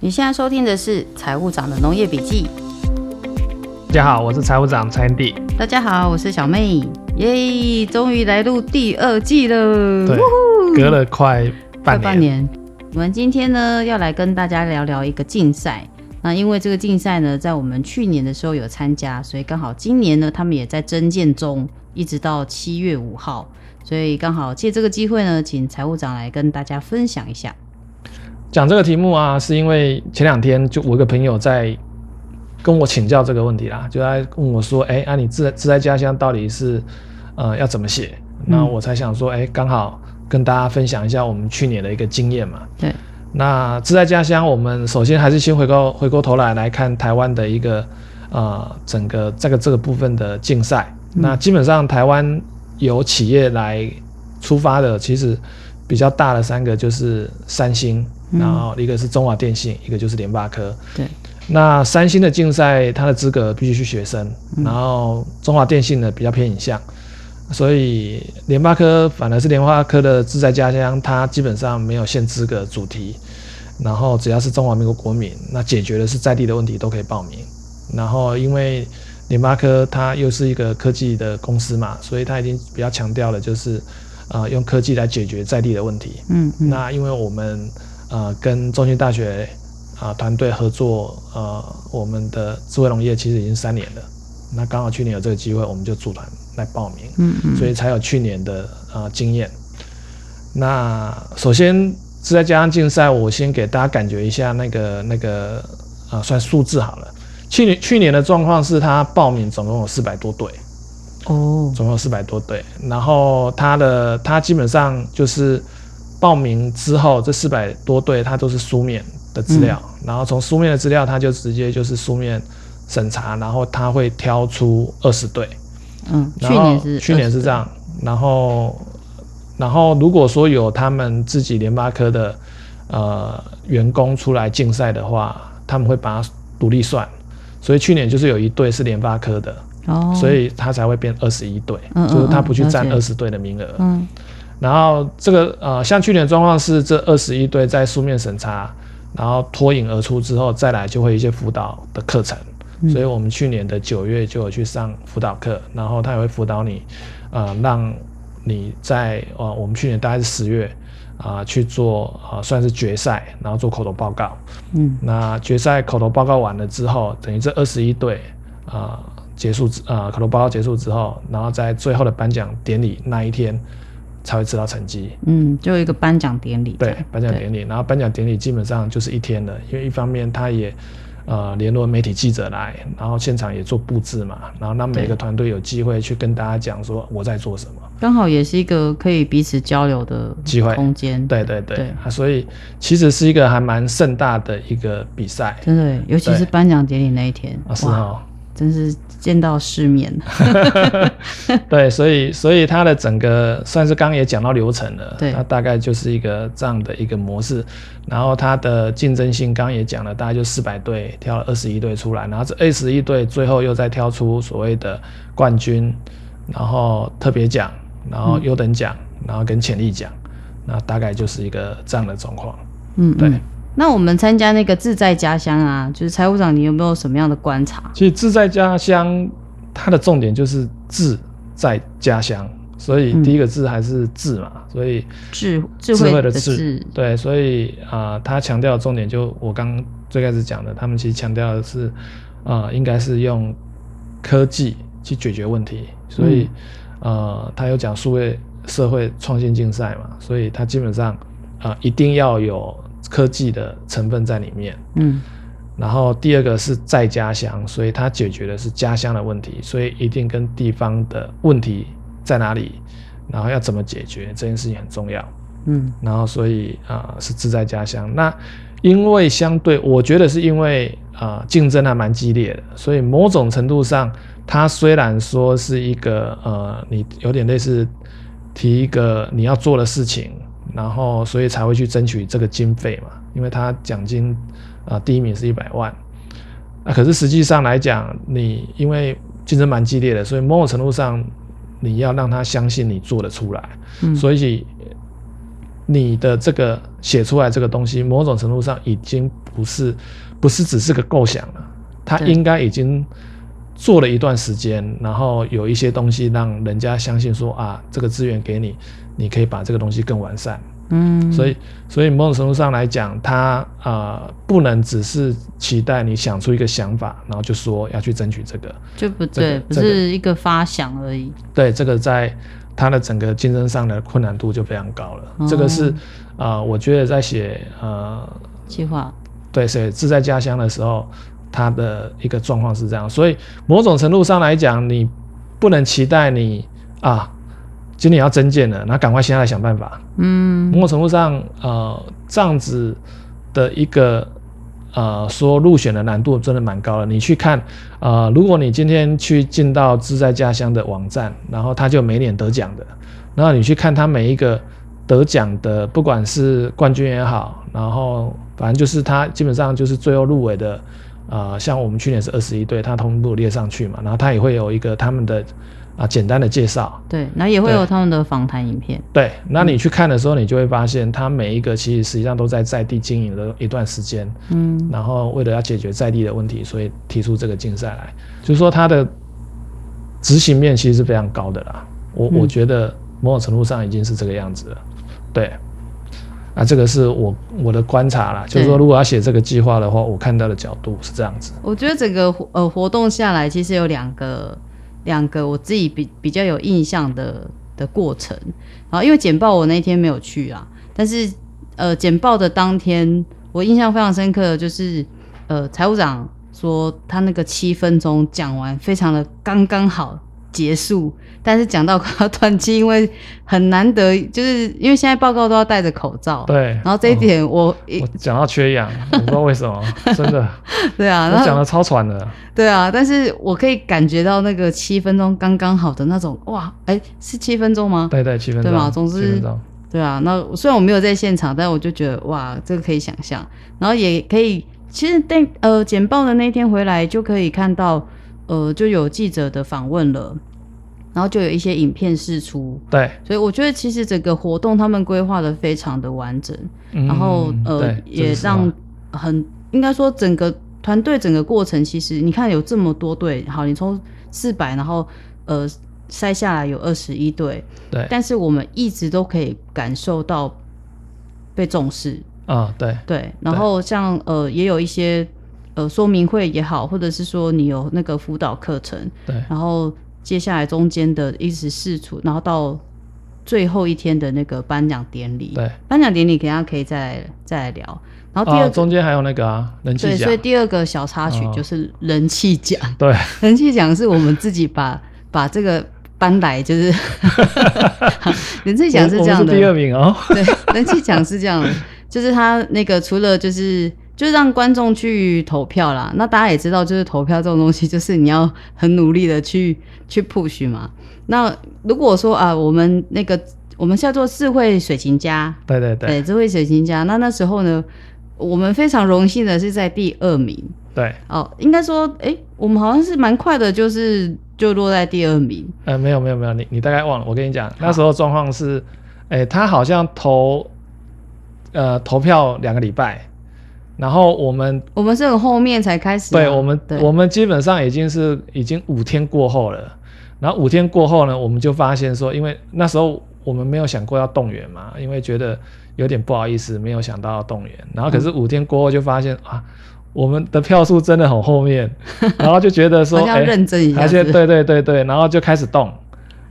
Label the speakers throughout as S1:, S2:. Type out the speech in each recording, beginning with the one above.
S1: 你现在收听的是财务长的农业笔记。
S2: 大家好，我是财务长 Sandy。
S1: 大家好，我是小妹，耶，终于来录第二季了，
S2: 对，隔了快
S1: 嗯快
S2: 半
S1: 半
S2: 年，
S1: 年。我们今天呢，要来跟大家聊聊一个竞赛。那因为这个竞赛呢，在我们去年的时候有参加，所以刚好今年呢，他们也在征件中，一直到七月五号。所以刚好借这个机会呢，请财务长来跟大家分享一下。
S2: 讲这个题目啊，是因为前两天就我一个朋友在跟我请教这个问题啦，就在问我说，哎、啊你自自在家乡到底是呃要怎么写？
S1: 嗯
S2: 那我才想说，哎、刚好跟大家分享一下我们去年的一个经验嘛。
S1: 对，
S2: 那自在家乡，我们首先还是先回过回过头来来看台湾的一个呃整个这个这个部分的竞赛。
S1: 嗯
S2: 那基本上台湾由企业来出发的，其实比较大的三个就是三星，
S1: 嗯
S2: 然后一个是中华电信，一个就是联发科。
S1: 对，
S2: 那三星的竞赛，它的资格必须是学生，然后中华电信呢比较偏影像，所以联发科反而是联发科的自在家乡，它基本上没有限资格主题，然后只要是中华民国国民，那解决的是在地的问题都可以报名。然后因为联发科它又是一个科技的公司嘛，所以它已经比较强调了就是，呃，用科技来解决在地的问题。
S1: 嗯嗯
S2: 那因为我们呃跟中兴大学啊团队合作，呃我们的智慧农业其实已经三年了，那刚好去年有这个机会，我们就组团来报名，
S1: 嗯嗯，
S2: 所以才有去年的呃经验。那首先是在加上竞赛，我先给大家感觉一下那个那个呃算数字好了。去年去年的状况是，他报名总共有四百多队，
S1: 哦，
S2: 总共有四百多队。然后他的他基本上就是报名之后，这四百多队他都是书面的资料，
S1: 嗯
S2: 然后从书面的资料他就直接就是书面审查，然后他会挑出二十队。
S1: 嗯，去
S2: 然后
S1: 年是
S2: 去年是这样，然后然后如果说有他们自己联发科的呃员工出来竞赛的话，他们会把它独立算。所以去年就是有一队是联发科的，
S1: 哦，
S2: 所以他才会变二十一队，
S1: 嗯嗯
S2: 就是他不去占
S1: 嗯了
S2: 二十队的名额。
S1: 嗯
S2: 然后这个呃，像去年的状况是这二十一队在书面审查，然后脱颖而出之后，再来就会一些辅导的课程。
S1: 嗯
S2: 所以我们去年的九月就有去上辅导课，然后他也会辅导你，呃，让你在呃，我们去年大概是十月啊、去做啊、呃算是决赛，然后做口头报告。
S1: 嗯
S2: 那决赛口头报告完了之后，等于这二十一队啊结束之啊、口头报告结束之后，然后在最后的颁奖典礼那一天才会知道成绩。
S1: 嗯，就有一个颁奖典礼这
S2: 对
S1: 样，，
S2: 颁奖典礼，然后颁奖典礼基本上就是一天的，因为一方面他也呃联络媒体记者来，然后现场也做布置嘛，然后让每
S1: 对
S2: 个团队有机会去跟大家讲说我在做什么。
S1: 刚好也是一个可以彼此交流的
S2: 机会
S1: 空间。
S2: 对对对，
S1: 对
S2: 啊，所以其实是一个还蛮盛大的一个比赛
S1: 真的耶，尤其是
S2: 对
S1: 颁奖典礼那一天，
S2: 啊，是
S1: 哇，
S2: 哦。
S1: 真是见到世 面。
S2: 对，所以所以它的整个算是刚刚也讲到流程了，
S1: 对
S2: 它大概就是一个这样的一个模式。然后它的竞争性刚刚也讲了，大概就四百队挑了二十一队出来，然后这二十一队最后又再挑出所谓的冠军，然后特别奖，然
S1: 嗯
S2: 后优等奖，然后跟潜力奖，那大概就是一个这样的状况。
S1: 嗯，
S2: 对，
S1: 嗯那我们参加那个自在家乡啊，就是财务长，你有没有什么样的观察？
S2: 其实自在家乡，它的重点就是自在家乡，所以
S1: 嗯
S2: 第一个字还是自嘛，所以。
S1: 智智
S2: 智
S1: 慧
S2: 慧的智
S1: 智，
S2: 对，所以啊、呃他强调的重点就我刚最开始讲的，他们其实强调的是，呃，应该是用科技去解决问题。所以，呃，他有讲数位社会创新竞赛嘛，所以他基本上啊、呃一定要有科技的成分在里面。
S1: 嗯
S2: 然后第二个是在家乡，所以它解决的是家乡的问题，所以一定跟地方的问题在哪里，然后要怎么解决这件事情很重要。
S1: 嗯
S2: 然后所以啊、呃是自在家乡。那因为相对，我觉得是因为啊、呃竞争还蛮激烈的，所以某种程度上，它虽然说是一个呃你有点类似提一个你要做的事情，然后所以才会去争取这个经费嘛，因为它奖金啊、呃第一名是一百万，啊，可是实际上来讲，你因为竞争蛮激烈的，所以某种程度上，你要让他相信你做得出来。
S1: 嗯
S2: 所以你的这个写出来这个东西，某种程度上已经不是不是只是个构想了，它
S1: 对
S2: 应该已经做了一段时间，然后有一些东西让人家相信说啊，这个资源给你，你可以把这个东西更完善。
S1: 嗯，
S2: 所以，所以某种程度上来讲，它呃不能只是期待你想出一个想法，然后就说要去争取这个。
S1: 就不
S2: 这个
S1: 对，不
S2: 这个
S1: 是一个发想而已。
S2: 对，这个在它的整个竞争上的困难度就非常高了。
S1: 哦
S2: 这个是啊、呃我觉得在写呃
S1: 计划，
S2: 对写志在家乡的时候，它的一个状况是这样。所以某种程度上来讲，你不能期待你啊今年要增建了，那赶快现在来想办法。
S1: 嗯，
S2: 某种程度上，呃，这样子的一个呃说入选的难度真的蛮高的。你去看，呃，如果你今天去进到志在家乡的网站，然后他就每年得奖的，然后你去看他每一个得奖的，不管是冠军也好，然后反正就是他基本上就是最后入围的。呃，像我们去年是二十一队，他同步列上去嘛，然后他也会有一个他们的啊、简单的介绍，
S1: 对，然后也会有
S2: 对
S1: 他们的访谈影片。
S2: 对，那你去看的时候，你就会发现，它每一个其实实际上都在在地经营了一段时间，
S1: 嗯，
S2: 然后为了要解决在地的问题，所以提出这个竞赛来，就是说它的执行面其实是非常高的啦。我我
S1: 嗯
S2: 觉得某种程度上已经是这个样子了，对。啊，这个是我我的观察啦，就是说，
S1: 对
S2: 如果要写这个计划的话，我看到的角度是这样子。
S1: 我觉得整个活呃活动下来，其实有两个两个我自己比比较有印象的的过程。然后因为简报我那天没有去啊，但是呃简报的当天，我印象非常深刻的就是呃财务长说他那个七分钟讲完，非常的刚刚好结束，但是讲到快要断气，因为很难得，就是因为现在报告都要戴着口罩。
S2: 对，
S1: 然后这一
S2: 嗯、
S1: 点我， 一
S2: 我讲到缺氧，我不知道为什么，真 的，
S1: 对啊，然
S2: 我
S1: 后
S2: 讲的超喘的。
S1: 对啊，但是我可以感觉到那个七分钟刚刚好的那种，哇，哎，是七分钟吗？
S2: 对对，七分
S1: 对
S2: 钟，
S1: 嘛总之
S2: 七分钟
S1: 对啊，那虽然我没有在现场，但我就觉得哇，这个可以想象，然后也可以，其实那呃简报的那天回来就可以看到，呃，就有记者的访问了，然后就有一些影片释出，
S2: 对，
S1: 所以我觉得其实整个活动他们规划的非常的完整，
S2: 嗯
S1: 然后呃
S2: 对
S1: 也
S2: 这是实话
S1: 让很应该说整个团队整个过程，其实你看有这么多队，好，你从四百，然后呃筛下来有二十一队，
S2: 对
S1: 但是我们一直都可以感受到被重视，
S2: 啊对
S1: 对，然后像呃也有一些呃说明会也好，或者是说你有那个辅导课程，
S2: 对
S1: 然后接下来中间的一直试出，然后到最后一天的那个颁奖典礼，
S2: 对，
S1: 颁奖典礼等一下可以再再来聊。然后第二
S2: 啊
S1: 个、
S2: 中间还有那个啊人气
S1: 对，
S2: 奖
S1: 所以，第二个小插曲
S2: 哦
S1: 就是人气奖。
S2: 对
S1: 人气奖是我们自己把把这个搬来，就是 人气奖是
S2: 我
S1: 这
S2: 我
S1: 样
S2: 们是第二
S1: 的，
S2: 名哦，
S1: 对，人气奖是这样的，就是他那个除了就是。就是让观众去投票啦。那大家也知道，就是投票这种东西，就是你要很努力的去去 push 嘛。那如果说啊，我们那个我们叫做智慧水琴家，
S2: 对对对
S1: 对，智慧水行家。那那时候呢，我们非常荣幸的是在第二名
S2: 对，
S1: 哦，应该说，哎、我们好像是蛮快的，就是就落在第二名。
S2: 呃没有没有没有，你你大概忘了，我跟你讲，那时候状况是，哎、他好像投呃投票两个礼拜，然后我们
S1: 我们是很后面才开始啊、
S2: 对我们
S1: 对
S2: 我们基本上已经是已经五天过后了，然后五天过后呢，我们就发现说，因为那时候我们没有想过要动员嘛，因为觉得有点不好意思，没有想到要动员。然后可是五天过后就发现、
S1: 嗯
S2: 啊，我们的票数真的很后 面，然后就觉得说，
S1: 好像
S2: 哎、
S1: 要认真一下
S2: 而
S1: 是
S2: 且
S1: 不是
S2: 对对对对，然后就开 始动，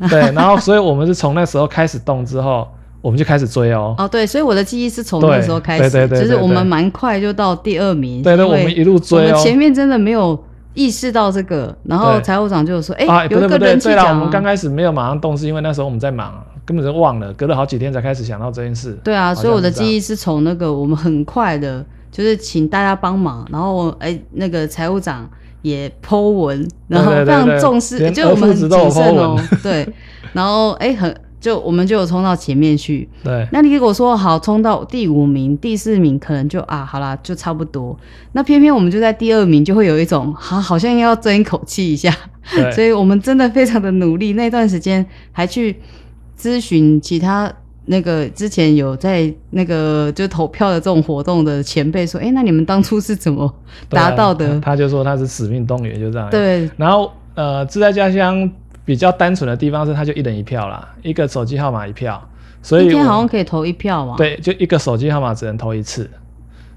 S2: 对，然后所以我们是从那时候开始动之后，我们就开始追哦。
S1: 哦，对，所以我的记忆是从那
S2: 对
S1: 时候开始，
S2: 对对对
S1: 就是
S2: 对
S1: 我们
S2: 对
S1: 蛮快就到第二名。
S2: 对对，
S1: 哦因
S2: 我
S1: 为
S2: 们一路
S1: 我
S2: 追
S1: 们
S2: 哦。
S1: 前面真的没有意识到这个，然后
S2: 对
S1: 财务长就有说，哎、
S2: 啊，不
S1: 有一
S2: 对
S1: 个
S2: 不对，
S1: 人气
S2: 对啦，我
S1: 奖、
S2: 们
S1: 啊。
S2: 刚开始没有马上动，是因为那时候我们在忙，根本就忘了，隔了好几天才开始想到这件事。
S1: 对啊，
S2: 好
S1: 所以我的
S2: 像是这样
S1: 记忆是从那个我们很快的，就是请大家帮忙，然后哎、那个财务长也 Po 文，然后
S2: 对对
S1: 非
S2: 对
S1: 常
S2: 对
S1: 重视，
S2: 连
S1: 就我们很
S2: 儿
S1: 谨
S2: 子都有 po
S1: 慎
S2: 文
S1: 哦、对，然后哎、很就我们就有冲到前面去，
S2: 对
S1: 那你如果说好冲到第五名、第四名，可能就啊好啦，就差不多，那偏偏我们就在第二名，就会有一种好、好像要争一口气一下，
S2: 对
S1: 所以我们真的非常的努力，那段时间还去咨询其他那个之前有在那个就投票的这种活动的前辈说，哎、那你们当初是怎么
S2: 对啊
S1: 达到的？
S2: 他就说他是使命动员，就这样。。
S1: 对，
S2: 然后呃，自在家乡比较单纯的地方是，他就一人一票啦，一个手机号码一票，所
S1: 一
S2: 以
S1: 天
S2: 我
S1: 好像可以投一票嘛。，
S2: 对，就一个手机号码只能投一次，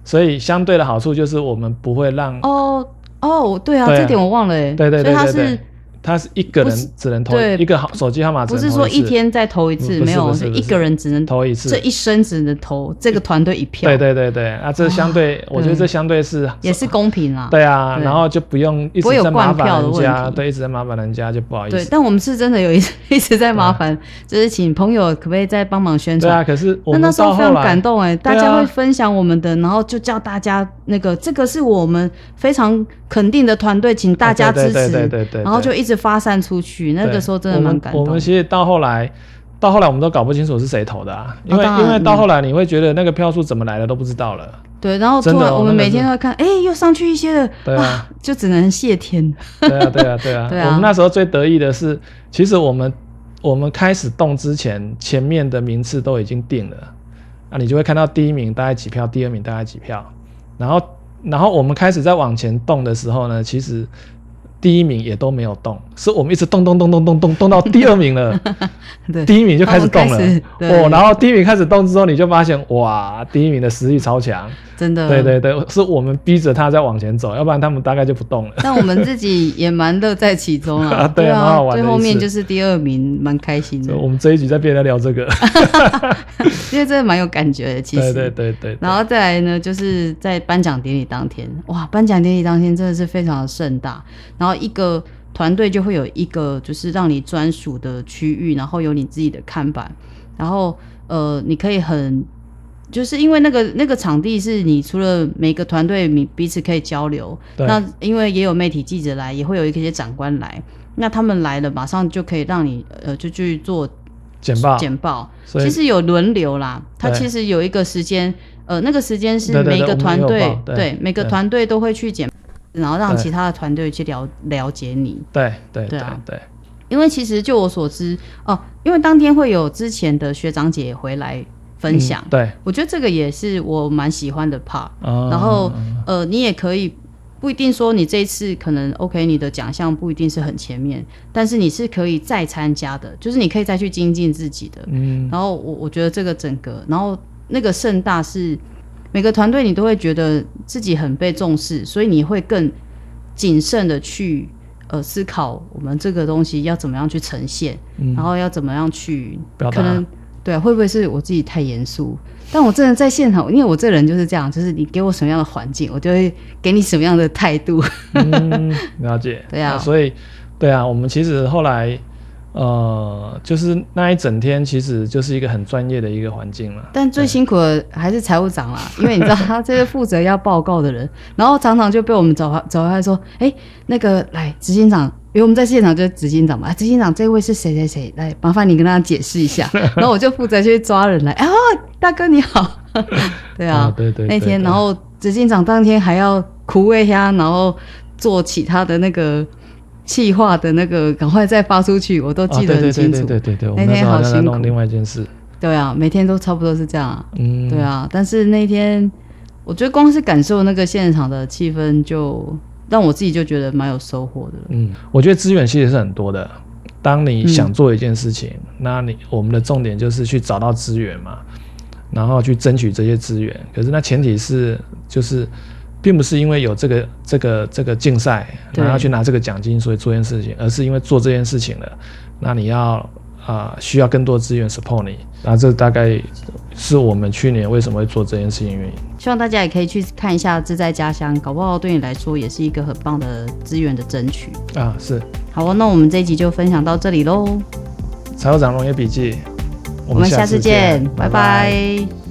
S2: 所以相对的好处就是我们不会让，
S1: 哦哦，对啊，
S2: 对啊
S1: 这点我忘了哎。
S2: 对对
S1: 所
S2: 对
S1: 以他
S2: 对
S1: 是
S2: 对，他是一个
S1: 不是
S2: 人只能投
S1: 对
S2: 一个号手机号码，只
S1: 不是
S2: 能投
S1: 说
S2: 一
S1: 一
S2: 次嗯
S1: 天再投一次？
S2: 不不是
S1: 没有，
S2: 不是
S1: 是
S2: 不
S1: 一
S2: 是
S1: 个人只能
S2: 投一次
S1: 这，一生只能投这个团队一票。
S2: 对对对对，啊，这相对我觉得
S1: 对
S2: 这相对是
S1: 也是公平啦。
S2: 对啊，
S1: 对
S2: 然后就不用一
S1: 不会
S2: 直
S1: 有
S2: 在麻
S1: 灌票
S2: 烦
S1: 的
S2: 人
S1: 问
S2: 家，
S1: 题
S2: 对，一直在麻烦人家就不好意
S1: 对
S2: 思。
S1: 但我们是真的有一 一直在麻烦，就是请朋友可不可以再帮忙宣
S2: 对
S1: 传？
S2: 啊，可是
S1: 那
S2: 我们
S1: 那时候
S2: 到
S1: 非
S2: 后
S1: 常
S2: 来啊
S1: 感，动哎，大家会分享我们的，然后就叫大家那个这个是我们非常肯定的团队，请大家支
S2: 对啊对对对
S1: 持，
S2: 对对，
S1: 然后就
S2: 对
S1: 一直发散出去。那个时候真的
S2: 我们
S1: 蛮感
S2: 我
S1: 动
S2: 们。其实到后来。到后来我们都搞不清楚是谁投的啊，因为、
S1: 当然
S2: 因为到
S1: 嗯
S2: 后来你会觉得那个票数怎么来的都不知道了，
S1: 对，然后突
S2: 真的
S1: 然
S2: 哦
S1: 我们
S2: 那个
S1: 每天
S2: 是
S1: 都在看，哎，又上去一些了，
S2: 对啊
S1: 啊，就只能谢天。
S2: 对啊，对啊，对啊。
S1: 对啊
S2: 我们那时候最得意的是，其实我们我们开始动之前，前面的名次都已经定了，啊，你就会看到第一名大概几票，第二名大概几票，然后然后我们开始在往前动的时候呢，其实。第一名也都没有动，是我们一直动动动动动动动到第二名 了，
S1: 对，
S2: 第一名就开始动
S1: 我们
S2: 了
S1: 开始对
S2: 哦，然后第一名开始动之后，你就发现哇，第一名的实力超强，
S1: 真的，
S2: 对对对，是我们逼着他在往前走，要不然他们大概就不动 了。
S1: 但我们自己也蛮乐在其中啊，
S2: 啊对啊蛮好玩的
S1: 最后
S2: 一次
S1: 面就是第二名，蛮开心的
S2: 所以，我们这一集在别人聊这个，
S1: 因为真的蛮有感觉的，其实。
S2: 对对对对，
S1: 然后再来呢，就是在颁奖典礼当天，哇，颁奖典礼当天真的是非常的盛大。然后一个团队就会有一个就是让你专属的区域，然后有你自己的看板，然后呃，你可以很。就是因为那个那个场地是你除了每个团队你彼此可以交流，
S2: 对
S1: 那因为也有媒体记者来，也会有一些长官来，那他们来了马上就可以让你呃就去做
S2: 简报，
S1: 简报，
S2: 所以
S1: 其实有轮流啦，它
S2: 对
S1: 其实有一个时间，呃，那个时间是
S2: 对对
S1: 每
S2: 对
S1: 个
S2: 我们
S1: 团
S2: 也有
S1: 队
S2: 报对
S1: 每个
S2: 对
S1: 团队都会去检，然后让
S2: 对
S1: 其他的团队去了了解你。
S2: 对对
S1: 对
S2: 对
S1: 啊
S2: 对嗯
S1: 因为其实就我所知，哦、因为当天会有之前的学长姐回来分享，
S2: 嗯对，
S1: 我觉得这个也是我蛮喜欢的 part。
S2: 嗯
S1: 然后呃，你也可以不一定说你这一次可能 OK，你的奖项不一定是很前面，但是你是可以再参加的，就是你可以再去精进自己的。
S2: 嗯，
S1: 然后我我觉得这个整个，然后那个盛大是每个团队你都会觉得自己很被重视，所以你会更谨慎的去呃思考我们这个东西要怎么样去呈现，
S2: 嗯
S1: 然后要怎么样去
S2: 表达
S1: 可能对、啊，会不会是我自己太严肃？但我真的在现场，因为我这人就是这样，就是你给我什么样的环境，我就会给你什么样的态度。 ，
S2: 嗯了解
S1: 对啊
S2: 所以对啊，我们其实后来呃，就是那一整天其实就是一个很专业的一个环境嘛，
S1: 但最辛苦的还是财务长啦，因为你知道他这是负责要报告的人，然后常常就被我们找他找他说，哎、那个来执行长，因为我们在现场就是执行长嘛，啊执行长这位是谁谁谁，来麻烦你跟他解释一下，然后我就负责去抓人来，哎、哦，大哥你好， 对啊，
S2: 对对
S1: 那
S2: 对
S1: 天
S2: 对
S1: 然后执行长当天还要苦味虾，然后做其他的那个气化的那个，赶快再发出去，我都记得
S2: 啊
S1: 很
S2: 对
S1: 清
S2: 对
S1: 楚，
S2: 对对对对，我
S1: 那
S2: 们那
S1: 天
S2: 时候
S1: 好
S2: 好像在
S1: 辛苦
S2: 弄，另外一件事，
S1: 对啊，每天都差不多是这样啊。
S2: 嗯，
S1: 对啊，但是那天我觉得光是感受那个现场的气氛就，让我自己就觉得蛮有收获的了。
S2: 嗯，我觉得资源其实是很多的。当你
S1: 嗯
S2: 想做一件事情，那你我们的重点就是去找到资源嘛，然后去争取这些资源。可是那前提是，就是并不是因为有这个这个这个竞赛，
S1: 对
S2: 然后去拿这个奖金，所以做这件事情，而是因为做这件事情了，那你要啊、需要更多资源 support 你。那这大概是我们去年为什么会做这件事情的原因。
S1: 希望大家也可以去看一下《志在家乡》，搞不好对你来说也是一个很棒的资源的争取。
S2: 啊，是
S1: 好哦，那我们这一集就分享到这里喽，
S2: 财务长农业笔记，我
S1: 我们下次见，拜
S2: 拜
S1: 拜